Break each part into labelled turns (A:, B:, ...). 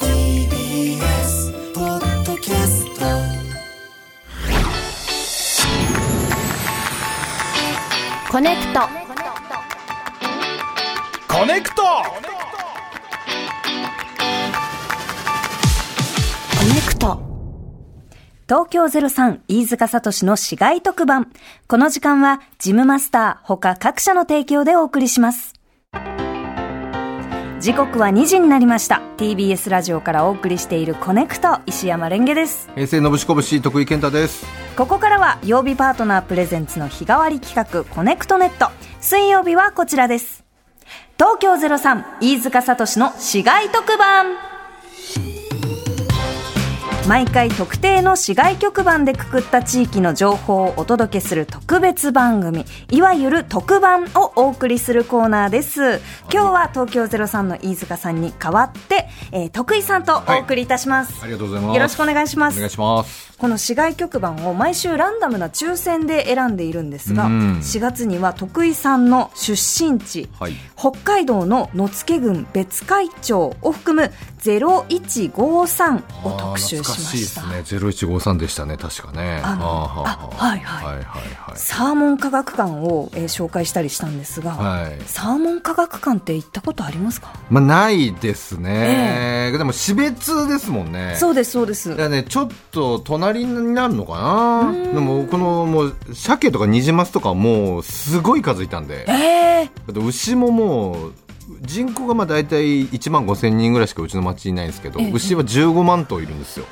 A: TBS ポッドキャスト
B: コネクト
C: コネクト
B: コネクト
D: 東京03飯塚聡の市街特番。この時間はジムマスター他各社の提供でお送りします。時刻は2時になりました。TBS ラジオからお送りしているコネクト石山レンゲです。
E: 平成のぶしこぶし徳井健太です
D: ここからは曜日パートナープレゼンツの日替わり企画コネクトネット。水曜日はこちらです。東京03飯塚聡の市街特番。毎回特定の市街局番でくくった地域の情報をお届けする特別番組いわゆる特番をお送りするコーナーです今日は東京03の飯塚さんに代わって、えー、徳井さんとお送りいたします、
E: ありがとうございます
D: よろしくお願いします
E: お願いします
D: この市街局番を毎週ランダムな抽選で選んでいるんですが、
E: うん
D: 4月には徳井さんの出身地、
E: はい
D: 北海道の野付郡別海町を含む0153を特集しました。
E: あー懐かしいですね0153でしたね確かね
D: あの
E: あー
D: あはいは
E: は
D: い
E: いはい
D: サーモン科学館を、えー紹介したりしたんですが、
E: はいはい
D: サーモン科学館って行ったことありますか、
E: まあないですね、でも死別ですもんね
D: そうですそうです
E: いやね、ちょっと隣になるのかなでもこのもう鮭とかニジマスとかはもうすごい数いたんでだ
D: えー、
E: って牛ももう人口がまあ大体1万5千人ぐらいしかうちの町いないんですけど、
D: ええ
E: 牛は15万頭いるんですよ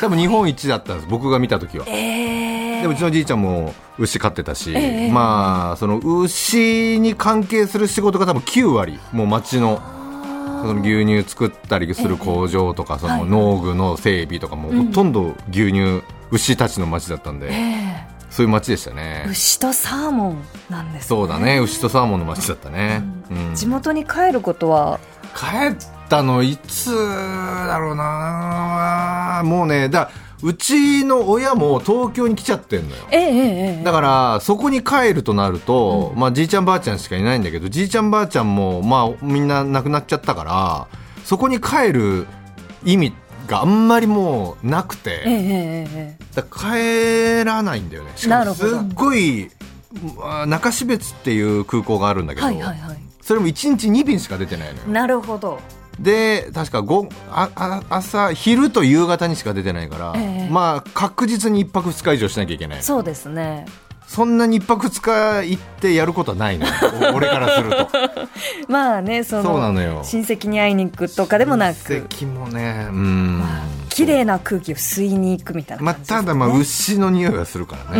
E: 多分日本一だったんです僕が見た時は、
D: え
E: でもうちのじいちゃんも牛飼ってたし、
D: ええ
E: まあその牛に関係する仕事が多分9割もう町のその牛乳作ったりする工場とかその農具の整備とかもうほとんど牛乳、牛たちの町だったんで、
D: え
E: そういう町でしたね
D: ー、牛とサーモンなんですね
E: そうだね牛とサーモンの町だったね、うん
D: 地元に帰ることは
E: 帰ったのいつだろうなもうねだうちの親も東京に来ちゃってんのよ
D: ええええ
E: だからそこに帰るとなると、まあ、じいちゃんばあちゃんしかいないんだけどじいちゃんばあちゃんも、まあ、みんな亡くなっちゃったからそこに帰る意味があんまりもうなくて、
D: ええええええ
E: だから帰らないんだよねしか
D: な
E: も
D: る
E: す
D: ほ
E: っ
D: ど
E: ごいまあ中標津っていう空港があるんだけど、
D: はいはいはい
E: それも1日2便しか出てないのよ
D: なるほど
E: で確か午ああ朝昼と夕方にしか出てないから、
D: ええ
E: まあ確実に1泊2日以上しなきゃいけない
D: そうですね
E: そんなに一泊二日行ってやることは ないのよお俺からすると
D: まあねその
E: そうなのよ
D: 親戚に会いに行くとかでもなく
E: 席もねうん
D: 綺麗な空気を吸いに行くみたい
E: ま
D: な
E: あ
D: 感じですね、
E: ただまあ牛の匂いがするから
D: う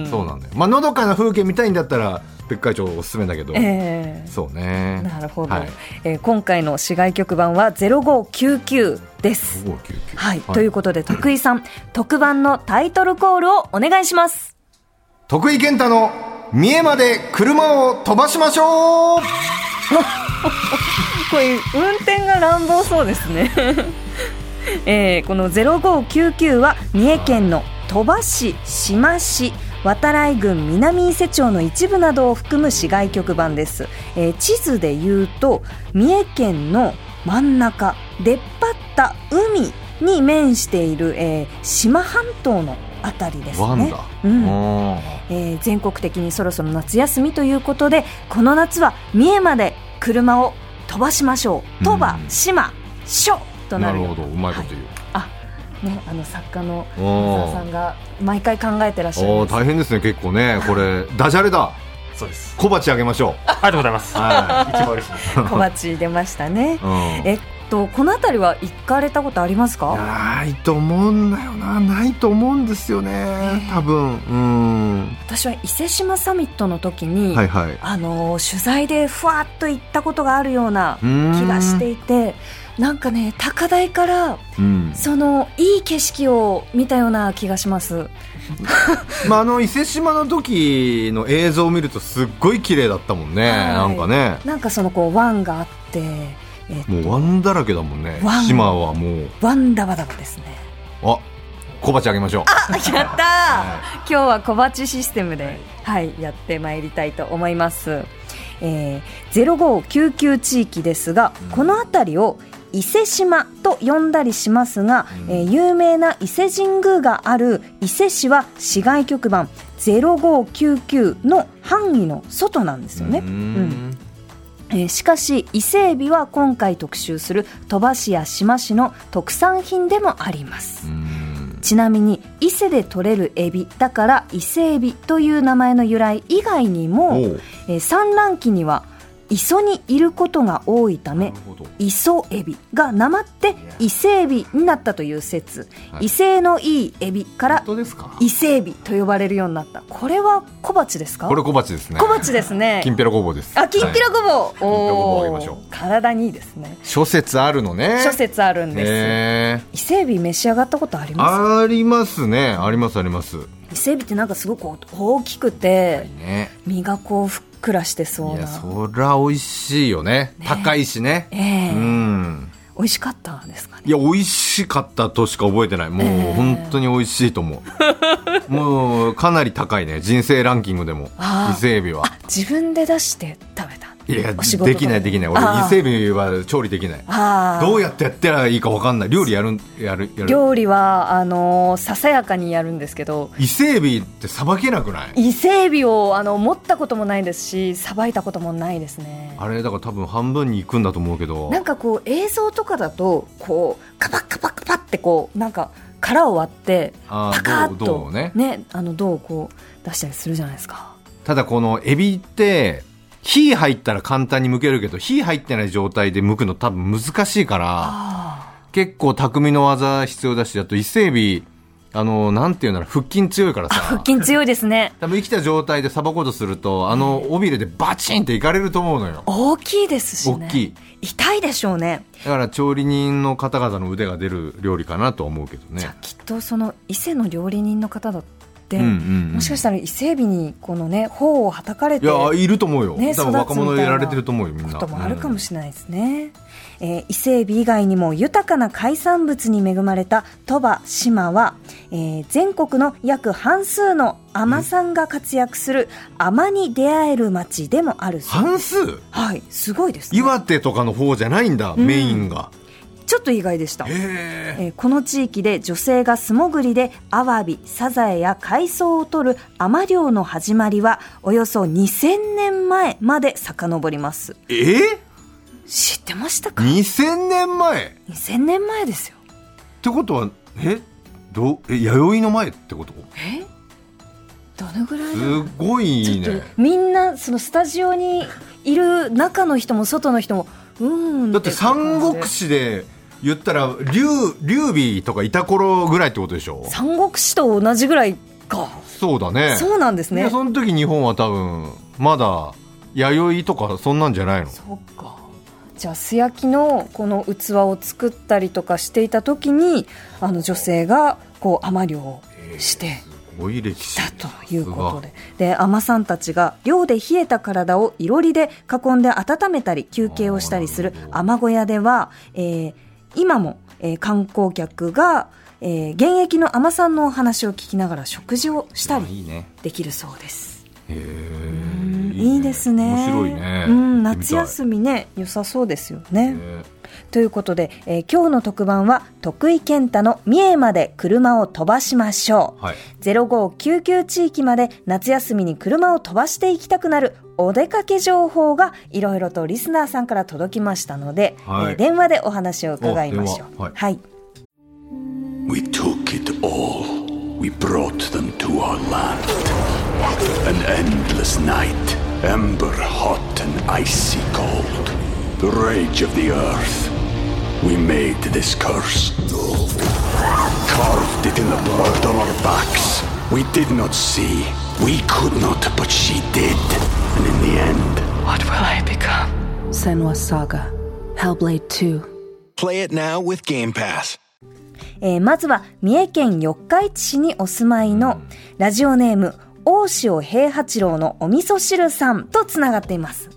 E: ねやっぱそうなんだよまあのどかな風景見たいんだったら別海町おすすめだけど、
D: ええ
E: そうね
D: なるほど、
E: はい、
D: えー今回の市外局番は0599です。
E: 5599
D: はい、ということで徳井さん特番のタイトルコールをお願いします。
E: 徳井健太の三重まで車を飛ばしましょう
D: これ運転が乱暴そうですね。 えーこの0599は三重県の鳥羽市、志摩市、渡来郡南伊勢町の一部などを含む市外局番です、えー地図で言うと三重県の真ん中出っ張った海に面している、えー、島半島のあたりです
E: ワン
D: ね
E: ダ、
D: うん
E: うん
D: えー全国的にそろそろ夏休みということでこの夏は三重まで車を飛ばしましょう飛ば
E: うん
D: しましょうとな
E: な
D: る
E: る
D: よ
E: ほどうまいこと言う、
D: ね、あの作家の
E: お
D: 小沢さんが毎回考えてらっしゃる
E: おー大変ですね結構ねこれダジャレだ
C: そうです
E: 小鉢あげましょ
C: ありがとうございます
E: うは
C: 一番嬉しいです
D: 小鉢出ました
E: い、。
D: ね
E: うん
D: えっとこの辺りは行かれたことありますか？
E: ないと思うんだよなないと思うんですよね多分うん
D: 私は伊勢志摩サミットの時に、
E: はいはい
D: あのー取材でふわっと行ったことがあるような
E: 気
D: 気がしていて、なんかね高台から
E: うん
D: そのいい景色を見たような気がします
E: まあ、あの伊勢志摩の時の映像を見るとすっごい綺麗だったもんね、
D: はい
E: なんかね
D: なんかそのこう湾があって、えー
E: もう湾だらけだもんね
D: 湾
E: 島はもう
D: 湾ダバダバですね
E: あ小鉢あげましょう
D: あやったー、今日は小鉢システムで、はい、やってまいりたいと思います。えー、0599地域ですが、この辺りを伊勢島と呼んだりしますが、えー有名な伊勢神宮がある伊勢市は市外局番0599の範囲の外なんですよね。
E: う
D: うん
E: ん
D: えーしかし伊勢海老は今回特集する鳥羽市や志摩市の特産品でもありますちなみに伊勢で取れるエビだから伊勢エビという名前の由来以外にも
E: おう、
D: えー産卵期には磯にいることが多いた
E: な
D: め
E: るほど
D: 磯エビがなまって伊勢エビになったという説、
E: はい
D: 威勢のいいエビから
E: 本当ですか
D: 伊勢エビと呼ばれるようになったこれは小鉢ですか
E: これ小鉢ですね
D: 小鉢ですね
E: きんぴらごぼうです
D: あ、きんぴら
E: はい
D: ごぼう。
E: きんぴらごぼうあ
D: お
E: げましょう
D: ー体にいいですね。
E: 諸説あるのね
D: 諸説あるんです。
E: へ
D: 伊勢海老召し上がったことあり
E: ー
D: ま
E: ありますねありますあります
D: す。伊勢海老ってなんかすごく大きくて、
E: ね
D: 身がこうふっくらしてそう
E: いや
D: な。
E: そりゃ美味しいよね高いしね
D: ええ
E: うん
D: 美味しかったですかね。
E: いや美味しかったとしか覚えてないも
D: ええ
E: う本当に美味しいと思 うもうかなり高いね人生ランキングでも
D: あー
E: 伊勢海老は
D: 自分で出して食べた。
E: いや
D: お仕事
E: できないできない俺
D: あー
E: 伊勢海老は調理できない
D: あー
E: どうやってやったらいいか分かんない料理やるんやるやる
D: 料理はあのーささやかにやるんですけど。
E: 伊勢海老ってさばけなくない
D: 伊勢海老をあの持ったこともないですし、さばいたこともないですね。
E: あれだから多分半分にいくんだと思うけど
D: なんかこう映像とかだとこうカパッカパッカパッってこうなんか殻を割って
E: あー
D: パカッ
E: 銅銅
D: と
E: をね
D: あの銅をこう出したりするじゃないですか
E: ただこのエビって火入ったら簡単に剥けるけど火入ってない状態で剥くの多分難しいから
D: あ
E: 結構匠の技必要だしあと伊勢海老あのなんていうんだろう腹筋強いからさ
D: 腹筋強いですね
E: 多分生きた状態でさばこうとするとあの尾びれでバチンっていかれると思うのよ
D: 大きいですしね
E: 大きい
D: 痛いでしょうね
E: だから調理人の方々の腕が出る料理かなと思うけど
D: じゃ
E: ね
D: あきっとその伊勢の料理人の方だって、
E: うんうんうん
D: もしかしたら伊勢海老にこのね頬をはたかれ
E: い
D: て
E: やいると思うよ、
D: ね
E: 多分
D: 育つ
E: 若者
D: みたい
E: や
D: な
E: られてると思うよみんな
D: こともあるかもしれないですね、えー伊勢海老以外にも豊かな海産物に恵まれた鳥羽島は、えー全国の約半数の海女さんが活躍する海女に出会える町でもあるそう
E: 半
D: です
E: 数
D: はいすごいですね
E: 岩手とかの方じゃないんだ、メインが
D: ちょっと意外でした
E: へえ
D: えーこの地域で女性が素潜りでアワビサザエや海藻を取るアマ漁の始まりはおよそ2000年前まで遡ります
E: え
D: 知ってましたか
E: 2000年前っ
D: 2000年前ですよ
E: てことはえどうえ弥生の前ってこと
D: えどのぐらいなの
E: すごい
D: ちょっ
E: ね
D: とみんなそのスタジオにいる中の人も外の人もうーん
E: だって三国
D: 志
E: 志で言ったら劉劉備とかいた頃ぐらいってことでしょ
D: 三国志と同じぐらいか、
E: そうだね
D: そうなんですね
E: で
D: そ
E: その時日本は多分まだ弥生とかそんなんじゃないの
D: っかじゃあ素焼きのこの器を作ったりとかしていた時にあの女性がこう雨漁をして、
E: すごい歴史
D: だということでで海女さんたちが漁で冷えた体をいろりで囲んで温めたり休憩をしたりする海女小屋では、えー今も、えー観光客が、えー現役の海女さんのお話を聞きながら食事をした
E: あいい
D: り
E: ね
D: できるそうです。
E: へ
D: うん
E: え
D: いいですね。
E: 面白いね
D: うん、
E: 行ってみ
D: 夏
E: たい
D: 休みね、良さそうですよね。
E: ね
D: ということで、えー今日の特番は徳井健太の三重まで車を飛ばしましょう、
E: はい
D: 0599地域まで夏休みに車を飛ばしていきたくなるお出かけ情報がいろいろとリスナーさんから届きましたので、
E: はい
D: えー電話でお話を伺いましょ
E: お電
D: う
E: 話はい
D: はい、
F: We took it all. We brought them to our land. An endless night, ember hot and icy cold. The rage of the earth. We made this curse. Carved it in the blood on our backs. We did not see. We could not, but she did. And in the end,
G: Senwa Saga. Hellblade 2.
H: Play it now with Game Pass.
D: えーまずは三重県四日市市にお住まいのラジオネーム大塩平八郎のお味噌汁さんとつながっています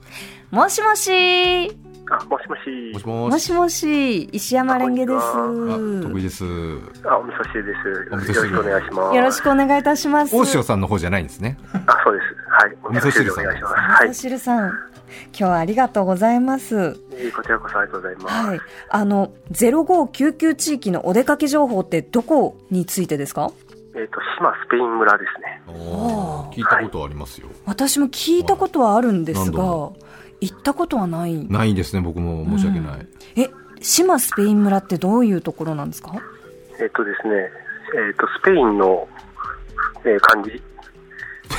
D: もしもし
I: あ、もしもし
E: も。しも
D: も
E: し。
D: しもし石山レンゲです
E: あ、得意です。
I: あ、お味噌汁です。
E: お味噌
I: よろ
E: 汁
I: しくお願いします。
D: よろしくお願いいたします
E: 大塩さんの方じゃないんですね。
I: あ、そうです。はい。お味噌汁お
E: お味噌汁さん
I: 願いします。
D: お
I: は
D: 味噌汁さん、今日はありがとうございます
I: い。いいこちらこそありがとうございます。
D: はいあの0599地域のお出かけ情報ってどこについてですか
I: えっと、島スペイン村ですね。
E: おー聞いたことありますよ。
D: 私も聞いたことはあるんです
E: 何度
D: が行
E: も
D: ったことはない
E: ないですね、僕も申し訳ない。
D: え島スペイン村ってどういうところなんですか
I: えっとですね、えっと、スペインの、えー感じ。え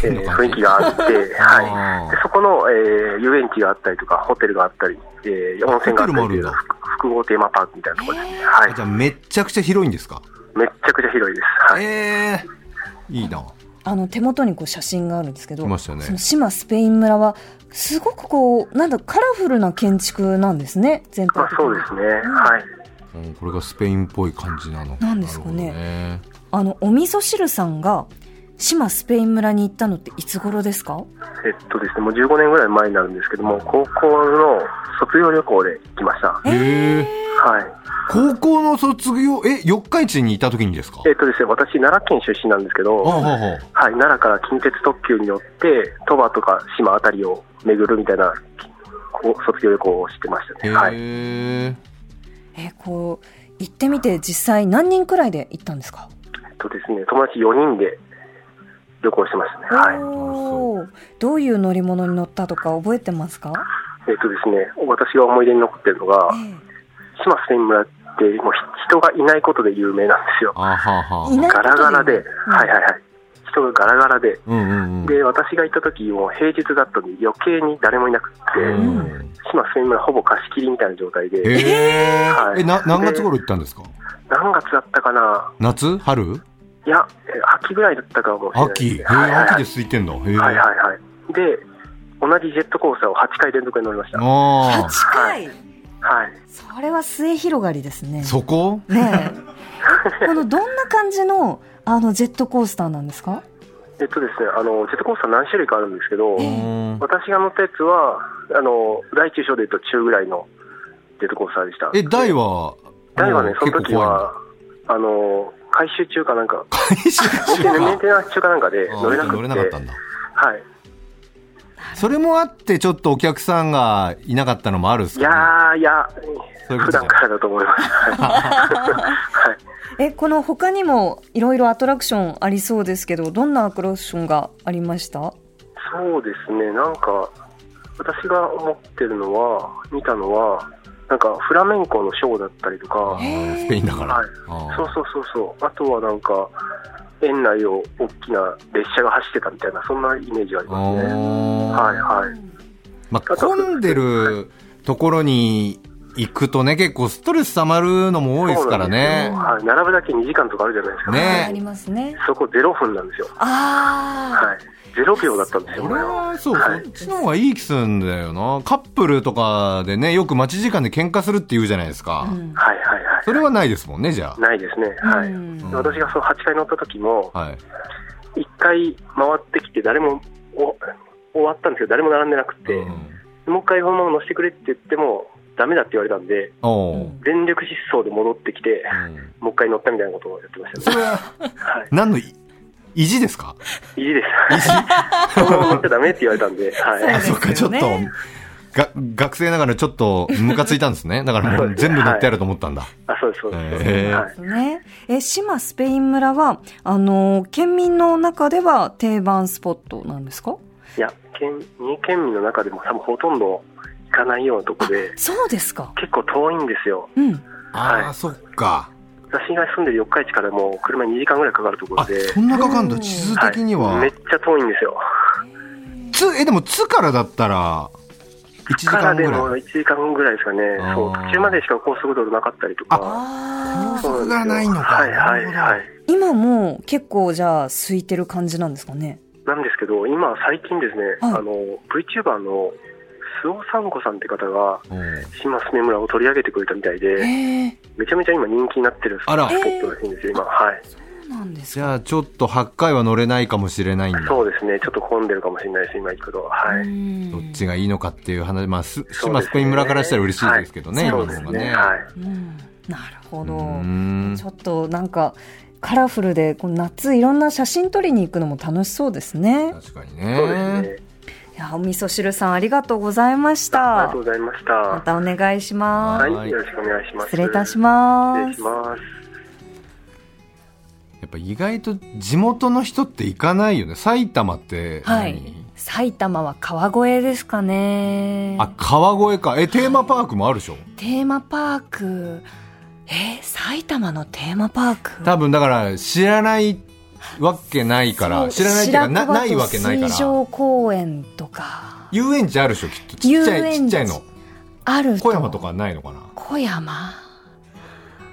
E: ペンの
I: ー
E: 感
I: 雰囲
E: じ
I: 気があって、
E: あ
I: は
E: ー
I: い。でそこの、えー遊園地があったりとか、ホテルがあったり、えー温泉が
E: ホ
I: あったり
E: テ
I: と
E: ル
I: いう
E: もあるんだ
I: 複合テーマパークみたいなところですね。はい
E: あ。じゃあ、めっちゃくちゃ広いんですか
I: めっちゃくちゃ広いです。はい。
E: ええいいな。
D: あの手元にこう写真があるんですけど
E: 来ましたね
D: その島スペイン村はすごくこうなんだカラフルな建築なんですね全
I: ま
D: 体
I: あ
D: 的に
I: そうですね。はい。
E: うんこれがスペインっぽい感じなの。
D: なんですかね
E: なるほどね
D: あのお味噌汁さんが島スペイン村に行ったのっていつ頃ですか
I: えっとですね、もう15年ぐらい前になるんですけども、高校の卒業旅行で行きました。は
E: へえ
I: い。
E: 高校の卒業、え、四日市にいた時にですか
I: えっとですね、私、奈良県出身なんですけど、
E: ああ、
I: はい、
E: はあはあ
I: 奈良から近鉄特急に乗って、鳥羽とか島あたりを巡るみたいな、こう卒業旅行をしてましたね。は
E: へ
I: い。
E: え
D: えーこう行ってみて実際何人くらいで行ったんですか
I: えっとですね、友達4人で旅行してましたね。はい。
D: おーどういう乗り物に乗ったとか覚えてますか、
I: えっとですね、私が思い出に残ってるのが、島スペイン村って、もう人がいないことで有名なんですよ。
E: あはあはあ
D: いないこ
I: ガ
D: と
I: ラガラで、
D: うん
I: はいはいはい。人がガラガラで、
E: うんうんうん。
I: で、私が行った時も平日だったんで余計に誰もいなくって、
E: うん
I: 島スペイン村ほぼ貸し切りみたいな状態で、
E: へえ
I: はい
E: え、な、何月頃行ったんですか
I: 何月だったかな
E: 夏春
I: いや、え秋ぐらいだったかもしれない
E: 秋。へえ
I: ねはいはい
E: 秋
I: は
E: で
I: い。
E: 空いてんだ。へえ
I: はいはいはい。で、同じジェットコースターを8回連続で乗りました。は
E: あ
D: 8回
I: い。
D: それは末広がりですね
E: あ、そこ
D: ねえこのどんな感じのあのジェットコースターなんですか
I: えっとですね、あの、ジェットコースター何種類かあるんですけ
E: う
I: ど、
E: ん
I: 私が乗ったやつは、あの、大中小で言うと中ぐらいのジェットコースターでした。
E: え、台は、
I: 大はね、そ
E: 結
I: の
E: 構
I: 時
E: 怖いんだ
I: は。、あの、改修中かなんか、
E: 回収
I: メンテメン
E: 中
I: テナンス中かなんかで
E: あー
I: 乗れなくて、
E: 乗れなかったんだ。
I: はい。
E: それもあって、ちょっとお客さんがいなかったのもあるんです
I: い
E: かね
I: やー、いや、
E: そういうこと
I: 普
E: じゃん
I: 段からだと思 います。はい。
D: えこの他にもいろいろアトラクションありそうですけどどんなアトラクションがありました
I: そうですね、なんか、私が思ってるのは、見たのは、なんかフラメンコのショーだったりとか、
E: あ
I: はい。
E: ースペインだから。あー
I: そうそうそうそう、あとはなんか、園内を大きな列車が走ってたみたいな、そんなイメージがありますね。
E: は
I: はいはい。
E: まあ、混んでるところに行くとね、結構ストレス溜まるのも多いですからね
I: そう。なんですよはい。並ぶだけ2時間とかあるじゃないですか。
D: あり
E: ね
D: ますね
I: そこ0分なんですよ。
D: あ
I: はい。0秒だったんですよ、
E: 俺
I: 俺は。
E: はそう、そっちの方がいい気すんだよな。カップルとかでね、よく待ち時間で喧嘩するって言うじゃないですか。
I: はいはいはい。
E: それはないですもんね、じゃ
I: ないですね。はい。
D: うん
I: 私がその8階乗った時も、
E: あ。はい。
I: 1回回ってきて、誰もお終わったんですけど、誰も並んでなくて、
E: うん
I: もう一回このまま乗せてくれって言っても、ダメだって言われたんで、
E: おう
I: 全力疾走で戻ってきて、
E: うん
I: もう一回乗ったみたいなことをやってまし
E: そ
I: たね。
E: れは、何のい意地ですか
I: 意地です。 このまま乗っちゃダメって言われたんで、はい。
E: そっか、ちょっと、が学生ながらちょっとムカついたんですね。だからもう全部乗ってやると思ったんだ。
I: あ、そうです、そうです。
E: へー
I: はい
D: あねえ島スペイン村はあの県民の中では定番スポットなんですか
I: いや、県、三重県民の中でも多分ほとんど行かないようなとこで、
D: そうですか
I: 結構遠いんですよ。
D: うん
E: あ
I: は
E: あ、
I: い
E: そっか。
I: 私が住んでる四日市からもう車2時間ぐらいかかるところ
E: あ
I: で、、
E: そんなかかんだ。地図
I: はい
E: 的には。
I: めっちゃ遠いんですよ。
E: つ、え、でも、つからだったら、1時
I: か
E: 間
I: ら
E: ぐ
I: で
E: ら
I: も
E: い。
I: 1時間ぐらいですかね
E: あー、
I: そう途中までしか高速道路なかったりとか、
D: あ
I: そう
E: が
I: んですよ
E: ないのか
I: はいはい
E: な
I: は
E: る
I: い。
D: 今も結構じゃあ空いてる感じなんですかね
I: なんですけど、今、最近ですね、
D: はい
I: あの VTuber の周防三子さんって方が
E: うん
I: 島スメ村を取り上げてくれたみたいで、めちゃめちゃ今人気になってるスポ
E: あら
I: ットらしいんですよ、今、はい、
D: なんです
E: じゃあちょっと8回は乗れないかもしれないんだ
I: そうですね、ちょっと混んでるかもしれないです、今行くと、はい、
E: どっちがいいのかっていう話、まあ、す
I: そうで
E: 島
I: すね
E: スペイン村からしたら嬉しいですけどね、
I: はい
E: 今の
I: そう
E: 方
I: で
E: が
I: すね、
E: ね。
I: はい、
D: なるほ
E: う
D: ど
E: ん
D: ちょっとなんかカラフルでこの夏いろんな写真撮りに行くのも楽しそうですね
E: 確かに
I: そうです
E: ね。
I: ね、
D: いやお味噌汁さんありがとうございまし
I: ありが
D: た
I: とうございました。
D: またお願いしま
I: は
E: はい
I: い、よろしくお願いしますす。
D: 失礼いたし
I: 失
D: ま
I: 礼
D: す
I: します。
E: やっぱ意外と地元の人って行かないよね。埼玉って何、
D: はい埼玉は川越ですかね
E: あ、川越か。え、テーマパークもあるでしょ
D: テーマパークえ埼玉のテーマパーク
E: 多分だから知らないわけないから、知らないっていうかな、ないわけないか
D: 水
E: ら。
D: 上公園とか
E: 遊園地あるでしょ、きっと。ちっち
D: 遊
E: ゃい、
D: 園地
E: ちっちゃいの。
D: あると
E: 小山とかないのかな。
D: 小山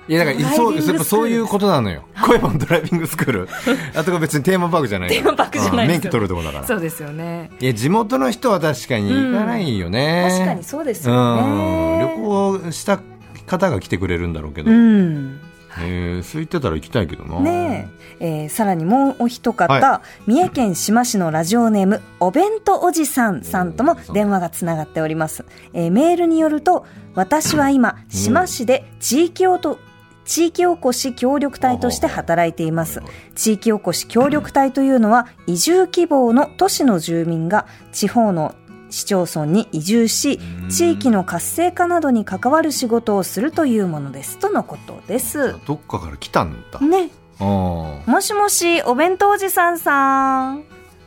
E: いや、だから、
D: ド
E: そ
D: ライビ
E: う、
D: ングスクー
E: そ
D: ル
E: うそういうことなのよ。小山のドライビングスクー ル。あとが別にテーマパークじゃないから。
D: テーマパークじゃない
E: うん
D: です
E: 免
D: よ
E: 許取るとこだから。
D: そうですよね
E: いや、地元の人は確かに行かないよね。
D: 確かにそうですよね
E: うん。旅行した方が来てくれるんだろうけど。
D: うん
E: えー、空いてたら行きたいけどな。
D: ねええーさらにもうお一方、
E: は
D: 三重県志摩市のラジオネームお弁当おじさんさんとも電話がつながっております、えーメールによると私は今志摩市で地域おと地域おこし協力隊として働いています
E: はいはい
D: 地域おこし協力隊というのは移住希望の都市の住民が地方の市町村に移住し地域の活性化などに関わる仕事をするというものですとのことです。
E: どっかから来たんだ。
D: ね
E: うん。
D: もしもし、お弁当おじさんさん。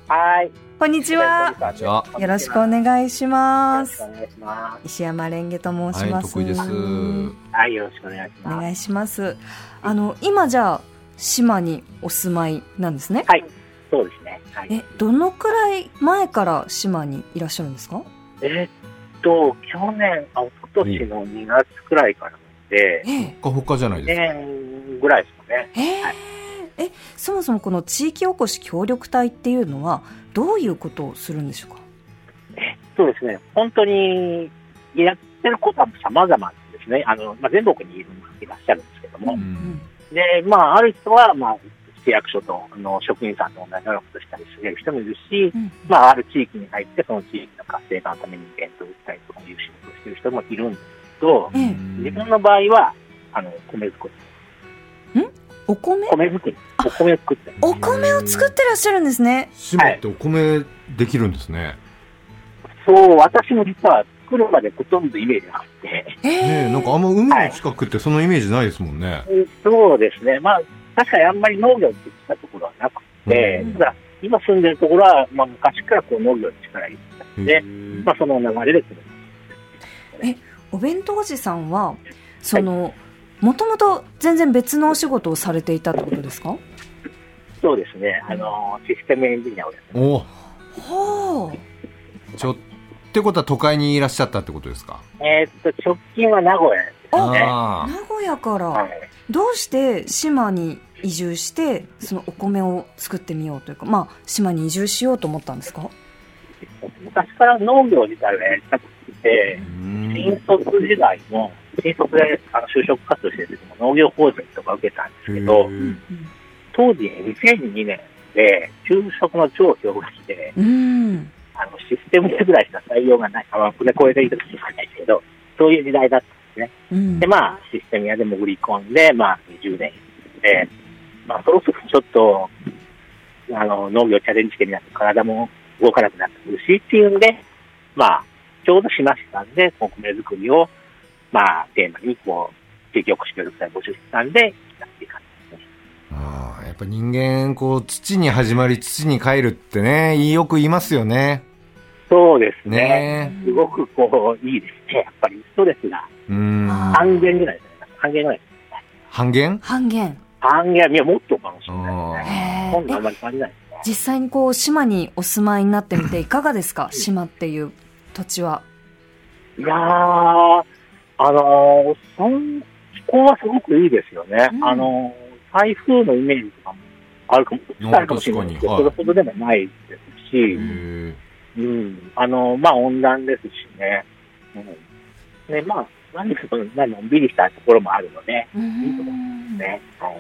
J: はい。
D: こんにちは。
E: じゃあ、
D: よろしくお願いし
J: よ
D: ま
J: ろしく
D: す
J: お。願いしま
D: 石山レンゲと申
E: は
D: し
E: い、
D: ます。
E: 得意です。
D: お
J: す。はい、よろしくお願いします。
D: 願いします。あの、今じゃあ、島にお住まいなんですね。
J: はい。そうですね。はい。
D: え、どのくらい前から島にいらっしゃるんですか
J: えーっと、去年、あ、一昨年の2月くらいからで、
D: ええ、
E: ほかほかじゃない
J: 1
E: ですか。
J: 年ぐらいですかね。
D: えええ、そもそもこの地域おこし協力隊っていうのは、どういうことをするんでしょうか
J: そうですね。本当に、やってることは様々ですね。あの、まあ、全国にいるいらっしゃるんですけども。
E: うん
J: で、まあ、ある人は、まあ、市役所とあの職員さんと同じようなことしたりする人もいるし、
D: うん
J: まあ、ある地域に入って、その地域の活性化のためにイベントを打ったりとかいう仕事をしてる人もいるんですけど、
D: ええ、
J: 自分の場合は、あの、米作り。
D: お米
J: 米作り。お米作ってます。
D: お米を作ってらっしゃるんですね。
E: 島ってお米できるんですね。
J: そう、私も実は作るまでほとんどイメージなくて。
D: ええ
E: ねえ、なんかあんま海の近くってそのイメージないですもんね。
J: そうですね。まあ、確かにあんまり農業って言ってたところはなくて、
E: うん
J: ただ、今住んでるところは、まあ、昔からこう農業に力入れてたの
E: へ
J: で、
E: え
J: まあ、その流れで作る。
D: お弁当おじさんはそのもともと全然別のお仕事をされていたってことですか
J: そうですね。あの、システムエンジニアをやってま
E: お
D: ほう
E: ちょってことは都会にいらっしゃったってことですか。
J: す。えーっと、直近は名古屋ですね。
E: あ
D: 名古屋か
J: は
D: ら
J: い。
D: どうして島に移住してそのお米を作ってみようというかまあ島に移住しようと思ったんですか
J: 昔から農業自体はやりたくて
E: あ。う、
J: 新
E: ん
J: 卒時代も、新卒であの就職活動してる時も農業法人とか受けたんですけど
E: へ、え
D: うん
J: 当時2002年で、就職の超氷河期で、
D: うん
J: あの、システムでぐらいしか採用がない。あ、まあ、これ超えていいとしかないですけど、そういう時代だったんですね。
D: うん
J: で、まあ、システム屋で潜り込んで、まあ、20年で、まあ、そろそろちょっと、あの、農業チャレンジしてみないと体も動かなくなってくるしっていうんで、まあ、ちょうどしましたんで、お米作りを、まあ、テーマに、こう、結局、協力隊募集してたんで、来たっていう感じですね。
E: ああやっぱ人間こう土に始まり土に帰るってねよく言いますよね。
J: そうですね。
E: ね
J: すごく、こう、いいですね。やっぱり、ストレスが
E: え。うん。
J: 半減ぐらいですね。半減ぐらいです。
E: 半減？
D: 半減
J: 半減、いや、もっとかもしれないですね。
D: へ
J: 今度
D: ー
J: あ
D: え
J: んまり感じないですね。
D: 実際にこう島にお住まいになってみていかがですか島っていう土地はい
J: やー、あのー、そん気候はすごくいいですよね。
D: うん
J: あのー、台風のイメージとかもあるかも
E: うん
J: あるかもしれないですけど、
E: 確
J: そ
E: かに
J: れほどでもないですし、
E: へえ。
J: うん、あの、まあ、温暖ですしね。うん。ね、まあ、何その、まあ、のんびりしたところもあるので、
D: うー
J: いいと思い
D: ん
J: ますね。はい。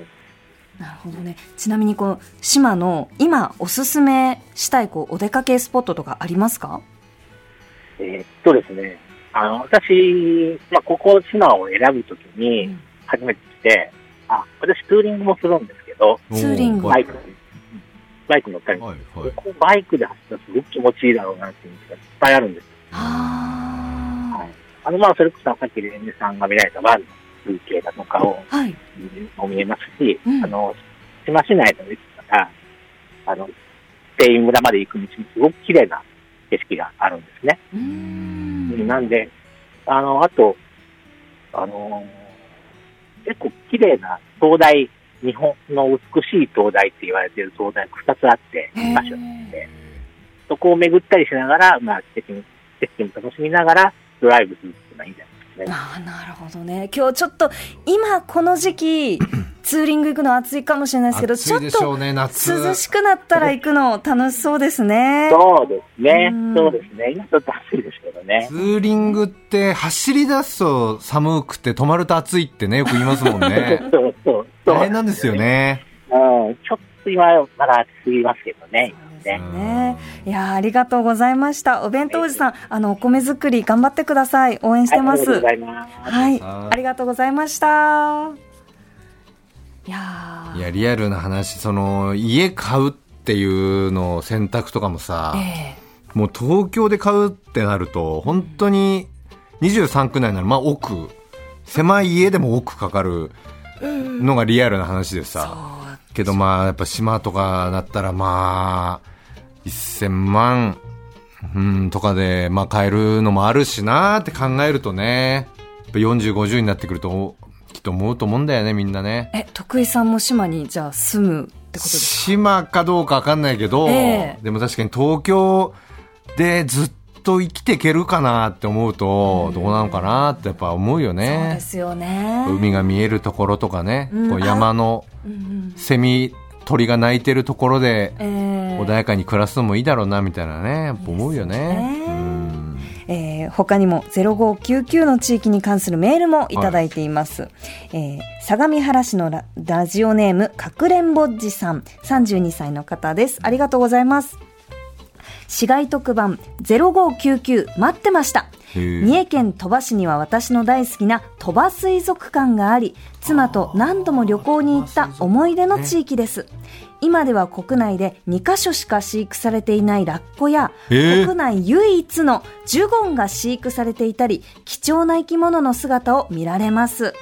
D: なるほどね。ちなみにこう島の今おすすめしたいこうお出かけスポットとかありますか？
J: えーっとですね、あの、私、まあ、ここ、島を選ぶとき
D: う
J: に
D: ん、
J: 初めて来て、あ、私、ツーリングもするんですけど、
D: ツーリング
E: は
J: バ
E: い
J: イク、バイク乗ったり、こ
E: はいはい
J: こバイクで走ったらすごく気持ちいいだろうなっていう道がいっぱいあるんです。
D: は
J: あの、まあ、それこそさっきレンジさんが見られた湾の風景だとかを、
D: あ。はい。
J: も見えますし、
D: うん
J: あの、島市内の駅から、あの、定員村まで行く道もすごく綺麗な景色があるんですね。
D: うーん。
J: なんで、あの、あと、あのー結構綺麗な灯台、日本の美しい灯台って言われている灯台が2つあって、
D: へー
J: 場所って、そこを巡ったりしながら、まあ、景色も景色も楽しみながら、ドライブするっていうのはいいんじゃないですかね。
D: ああなるほどね。今日ちょっと今この時期 ツーリング行くの暑いかもしれないですけど、ち
E: 暑
D: ょ
E: い
D: っ
E: でしょ
D: と
E: うね夏
D: 涼しくなったら行くの楽しそうですね。
J: そうですね
D: うん。
J: そうですね。今ちょっと暑いですけどね
E: ツ。ーリングって走り出すと寒くて止まると暑いってねよく言いますもんね
J: そうそう そう。
E: 大変なんですよね
J: うん、ちょっと今はまだ暑すぎますけどね。
D: です
J: ね
D: ね。いやーありがとうございました。お弁当おじさん、あのお米作り頑張ってください。応援してま
J: はいありが
D: す
J: とうござ。います。
D: はい、
E: はい
D: ありがとうございました。いや
E: い
D: ー
E: やリアルな話その家買うっていうの選択とかもさ、
D: え
E: もう東京で買うってなると本当に23区内ならまあ奥狭い家でも奥かかるのがリアルな話で
D: え
E: さ、けどまあやっぱ島とかだったらまあ1000万うんとかでまあ買えるのもあるしなーって考えるとねやっぱ4050になってくるとおきっと思うと思うんだよねみんなね
D: え、徳井さんも島にじゃあ住むってことです
E: 島かどうかわかんないけど、
D: ええ
E: でも確かに東京でずっと生きていけるかなって思うと、どうなのかなってやっぱ思うよ
D: か、そう
E: ね
D: で。すよね。
E: 海が見えるところとかね、
D: うん
E: こう山の
D: うんうん
E: セミ、鳥が鳴いてるところで、
D: ええ
E: 穏やかに暮らすのもいいだろうなみたいなね、やっぱ思うよ
D: いいで
E: ね。
D: す
E: う
D: よね
E: ん
D: えー他にも0599の地域に関するメールもいただいています。えー相模原市のララジオネーム、かくれんぼっじさん、32歳の方です。ありがとうございます。市街特番0599待ってました。
E: へえ
D: 三重県鳥羽市には私の大好きな鳥羽水族館があり妻と何度も旅行に行った思い出の地域です今では国内で2カ所しか飼育されていないラッコや、
E: えー
D: 国内唯一のジュゴンが飼育されていたり貴重な生き物の姿を見られます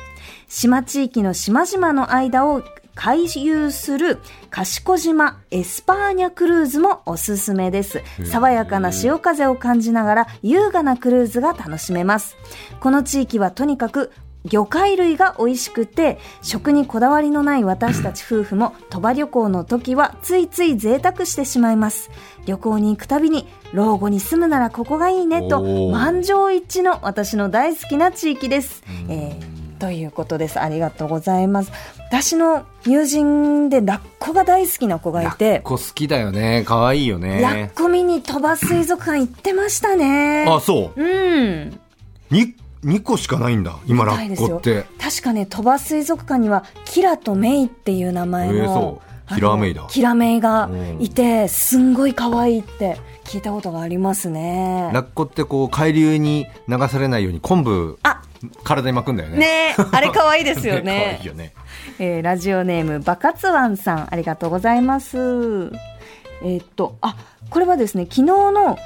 D: 島地域の島々の間を回遊する賢島エスパーニャクルーズもおすすめです。爽やかな潮風を感じながら優雅なクルーズが楽しめます。この地域はとにかく魚介類が美味しくて、食にこだわりのない私たち夫婦も鳥羽旅行の時はついつい贅沢してしまいます。旅行に行くたびに老後に住むならここがいいねと
E: おー
D: 満場一致の私の大好きな地域です。えーということです。ありがとうございます。私の友人でラッコが大好きな子がい
E: ラ
D: て
E: ッ、コ好きだよね。可愛いよ
D: ラッ
E: ね。
D: コ見に鳥羽水族館行ってましたね。
E: あ、そ
D: うん。
E: う。に、2個しかないんだ。今ラッコって。
D: 確かね、鳥羽水族館には、キラとメイっていう名前
E: えー
D: の
E: そ、う
D: あの
E: キラメイだ
D: キラメイが
E: うん
D: いて、すんごい可愛いって聞いたことがありますね。
E: ラッコってこう海流に流されないように昆布
D: あ
E: 体に巻くんだよね。
D: ねえ、あれ可愛いですよ
E: 可愛
D: ね
E: い。よね。
D: えーラジオネームバカツワンさんありがとうございますえーっとあこれはですね昨日の、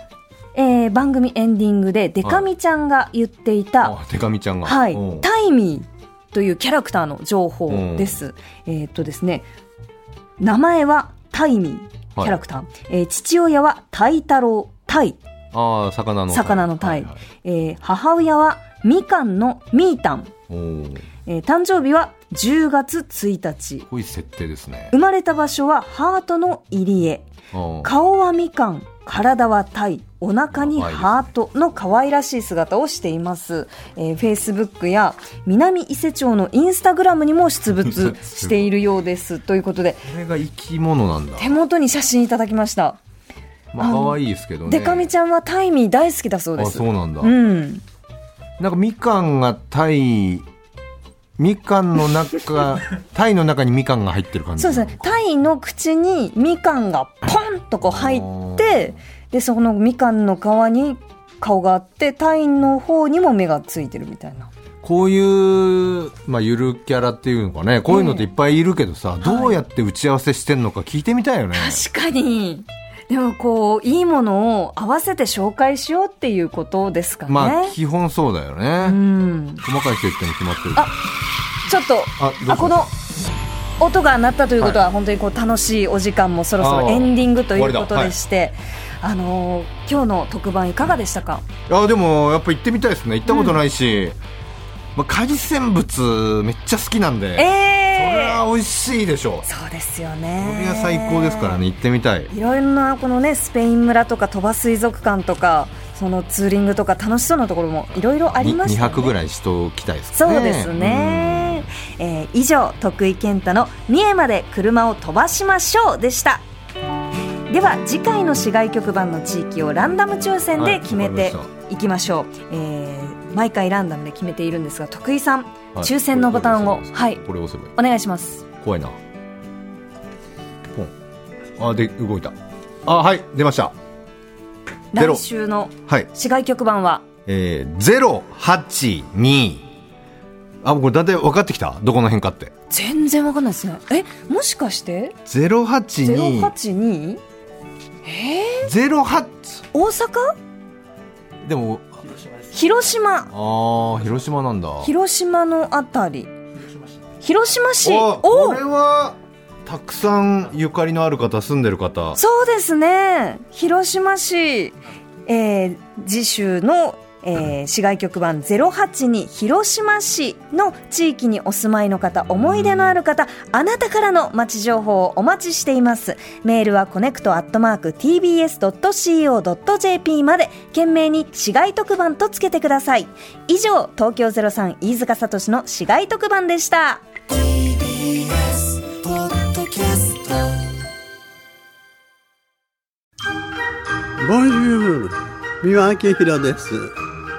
D: えー番組エンディングでデカミちゃんが言っていた、
E: あ、手紙ちゃんが。
D: はい
E: うん
D: タイミーというキャラクターの情報です、えーっとですね名前はタイミーキ
E: はい
D: ャラクター、えー父親はタイ太郎タイ、
E: ああ、魚の。
D: 魚のタイ
E: はいはい
D: えー母親はみかんのみーたん、
E: おー
D: えー誕生日は10月1日
E: こういう設定ですね
D: 生。まれた場所はハートの入り江
E: うん
D: 顔はみかん体はタイお腹にハートの可愛らしい姿をしています、えー、Facebook や南伊勢町のインスタグラムにも 出没しているようですということで
E: これが生き物なんだ。
D: 手元に写真いただきました
E: まあ可愛いですけどね
D: でかみちゃんはタイミー大好きだそうで
E: あ
D: す
E: そうなんだ、
D: うん
E: なんかみかんがタイみかんの中タイの中にみかんが入ってる感じ
D: そうですねタイの口にみかんがポンとこう入ってでそのみかんの皮に顔があってタイの方にも目がついてるみたいな
E: こういう、まあ、ゆるキャラっていうのかねこういうのっていっぱいいるけどさ、どうやって打ち合わせしてんのか聞いてみたいよね、
D: 確かにでもこういいものを合わせて紹介しようっていうことですかね、
E: まあ基本そうだよね、
D: うん
E: 細かい設定も決まってる
D: あちょっと
E: あどうし
D: あ
E: ました
D: この音が鳴ったということは、本当にこう楽しいお時間もそろそ
E: あ
D: ろ
E: ー
D: エンディングというこ
E: 終
D: と
E: わりだ
D: でして、あのー今日の特番いかがでしたか
E: あでもやっぱ行ってみたいですね行ったことないし、まあ、海鮮物めっちゃ好きなん
D: え
E: で、これ
D: えー、
E: は美味しいでしょう
D: そうですよ
E: こ
D: ね
E: れは最高ですからね行ってみたい
D: いろいろなこのねスペイン村とか鳥羽水族館とかそのツーリングとか楽しそうなところもいろいろありました、ね、
E: 200ぐらいしときたいですか
D: そ
E: ね
D: うですね、えー以上徳井健太の「三重まで車を飛ばしましょう」でしたでは次回の市街局番の地域をランダム抽選で決めていきましょう、えー毎回ランダムで決めているんですが徳井さん、
E: うんはい
D: 抽選のボタンをはい
E: これ押せばいい
D: お願いします
E: 怖いなポンあで動いたあはい出ましたゼロ
D: 来週の
E: はい
D: 市街局番は
E: えー、082あもうこれだんだん分かってきたどこの辺かって
D: 全然わかんないですねえもしかして
E: 082
D: 082
E: 08
D: 大阪
E: でも
D: 広島
E: ああ広島なんだ
D: 広島のあたり広島市
E: あ
D: お
E: これはたくさんゆかりのある方住んでる方
D: そうですね広島市、えー次週の、えー市外局番082広島市の地域にお住まいの方思い出のある方あなたからの街情報をお待ちしていますメールはコネクトアットマーク TBS.CO.jp まで懸命に市外特番とつけてください以上東京03飯塚聡の市外特番でした
A: ポッドキャスト
K: ボンジュール三輪明宏です